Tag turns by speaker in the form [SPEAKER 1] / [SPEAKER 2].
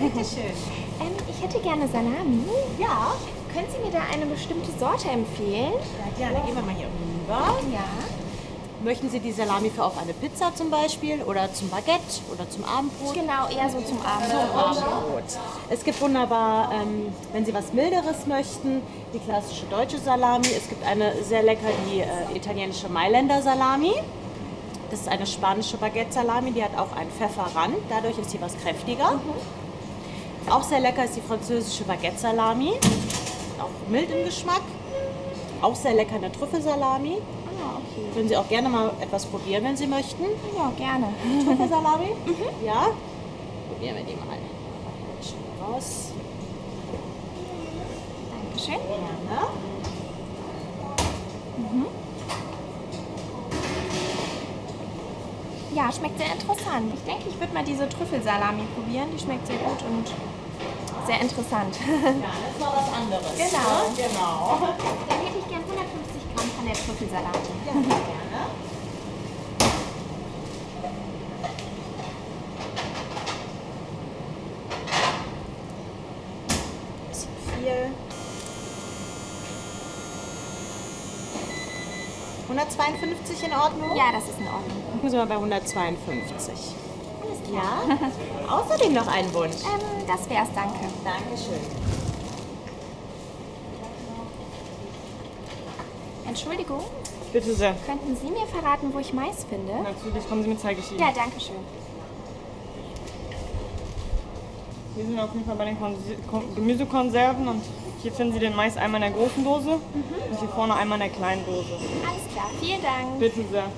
[SPEAKER 1] Bitteschön.
[SPEAKER 2] Ähm, ich hätte gerne Salami.
[SPEAKER 1] Ja,
[SPEAKER 2] Können Sie mir da eine bestimmte Sorte empfehlen?
[SPEAKER 1] ja gerne. Gehen wir mal hier rüber.
[SPEAKER 2] Ja.
[SPEAKER 3] Möchten Sie die Salami für auf eine Pizza zum Beispiel oder zum Baguette oder zum Abendbrot?
[SPEAKER 2] Genau, eher so zum Abend. Ah,
[SPEAKER 3] Abendbrot. Es gibt wunderbar, ähm, wenn Sie was Milderes möchten, die klassische deutsche Salami. Es gibt eine sehr lecker, die äh, italienische Mailänder Salami. Das ist eine spanische Baguette-Salami, die hat auch einen Pfefferrand, dadurch ist sie was kräftiger. Auch sehr lecker ist die französische Baguette-Salami, auch mild im Geschmack. Auch sehr lecker eine Trüffelsalami.
[SPEAKER 2] Ah, okay.
[SPEAKER 3] Können Sie auch gerne mal etwas probieren, wenn Sie möchten.
[SPEAKER 2] Ja, gerne.
[SPEAKER 3] Kartoffelsalami? Ja? Probieren wir die mal. Schön raus.
[SPEAKER 2] Dankeschön.
[SPEAKER 3] Gerne.
[SPEAKER 2] Ja, schmeckt sehr interessant. Ich denke, ich würde mal diese Trüffelsalami probieren. Die schmeckt sehr gut und sehr interessant.
[SPEAKER 3] Ja, das ist mal was anderes.
[SPEAKER 2] Genau.
[SPEAKER 3] ne? Genau.
[SPEAKER 2] Dann hätte ich gern 150 Gramm von der Trüffelsalami.
[SPEAKER 3] Ja, gerne. Bisschen viel. 152 in Ordnung?
[SPEAKER 2] Ja, das ist in Ordnung.
[SPEAKER 3] Gucken Sie mal bei 152.
[SPEAKER 2] Alles klar.
[SPEAKER 3] Ja, außerdem noch ein Wunsch.
[SPEAKER 2] Ähm, das wär's, danke.
[SPEAKER 3] Dankeschön.
[SPEAKER 2] Entschuldigung,
[SPEAKER 4] Bitte sehr.
[SPEAKER 2] könnten Sie mir verraten, wo ich Mais finde?
[SPEAKER 4] Natürlich kommen Sie mit, zeige ich Ihnen.
[SPEAKER 2] Ja, danke schön.
[SPEAKER 4] Wir sind auf jeden Fall bei den Konse- Kon Gemüsekonserven und hier finden Sie den Mais einmal in der großen Dose und hier vorne einmal in der kleinen Dose.
[SPEAKER 2] Alles klar, vielen Dank.
[SPEAKER 4] Bitte sehr.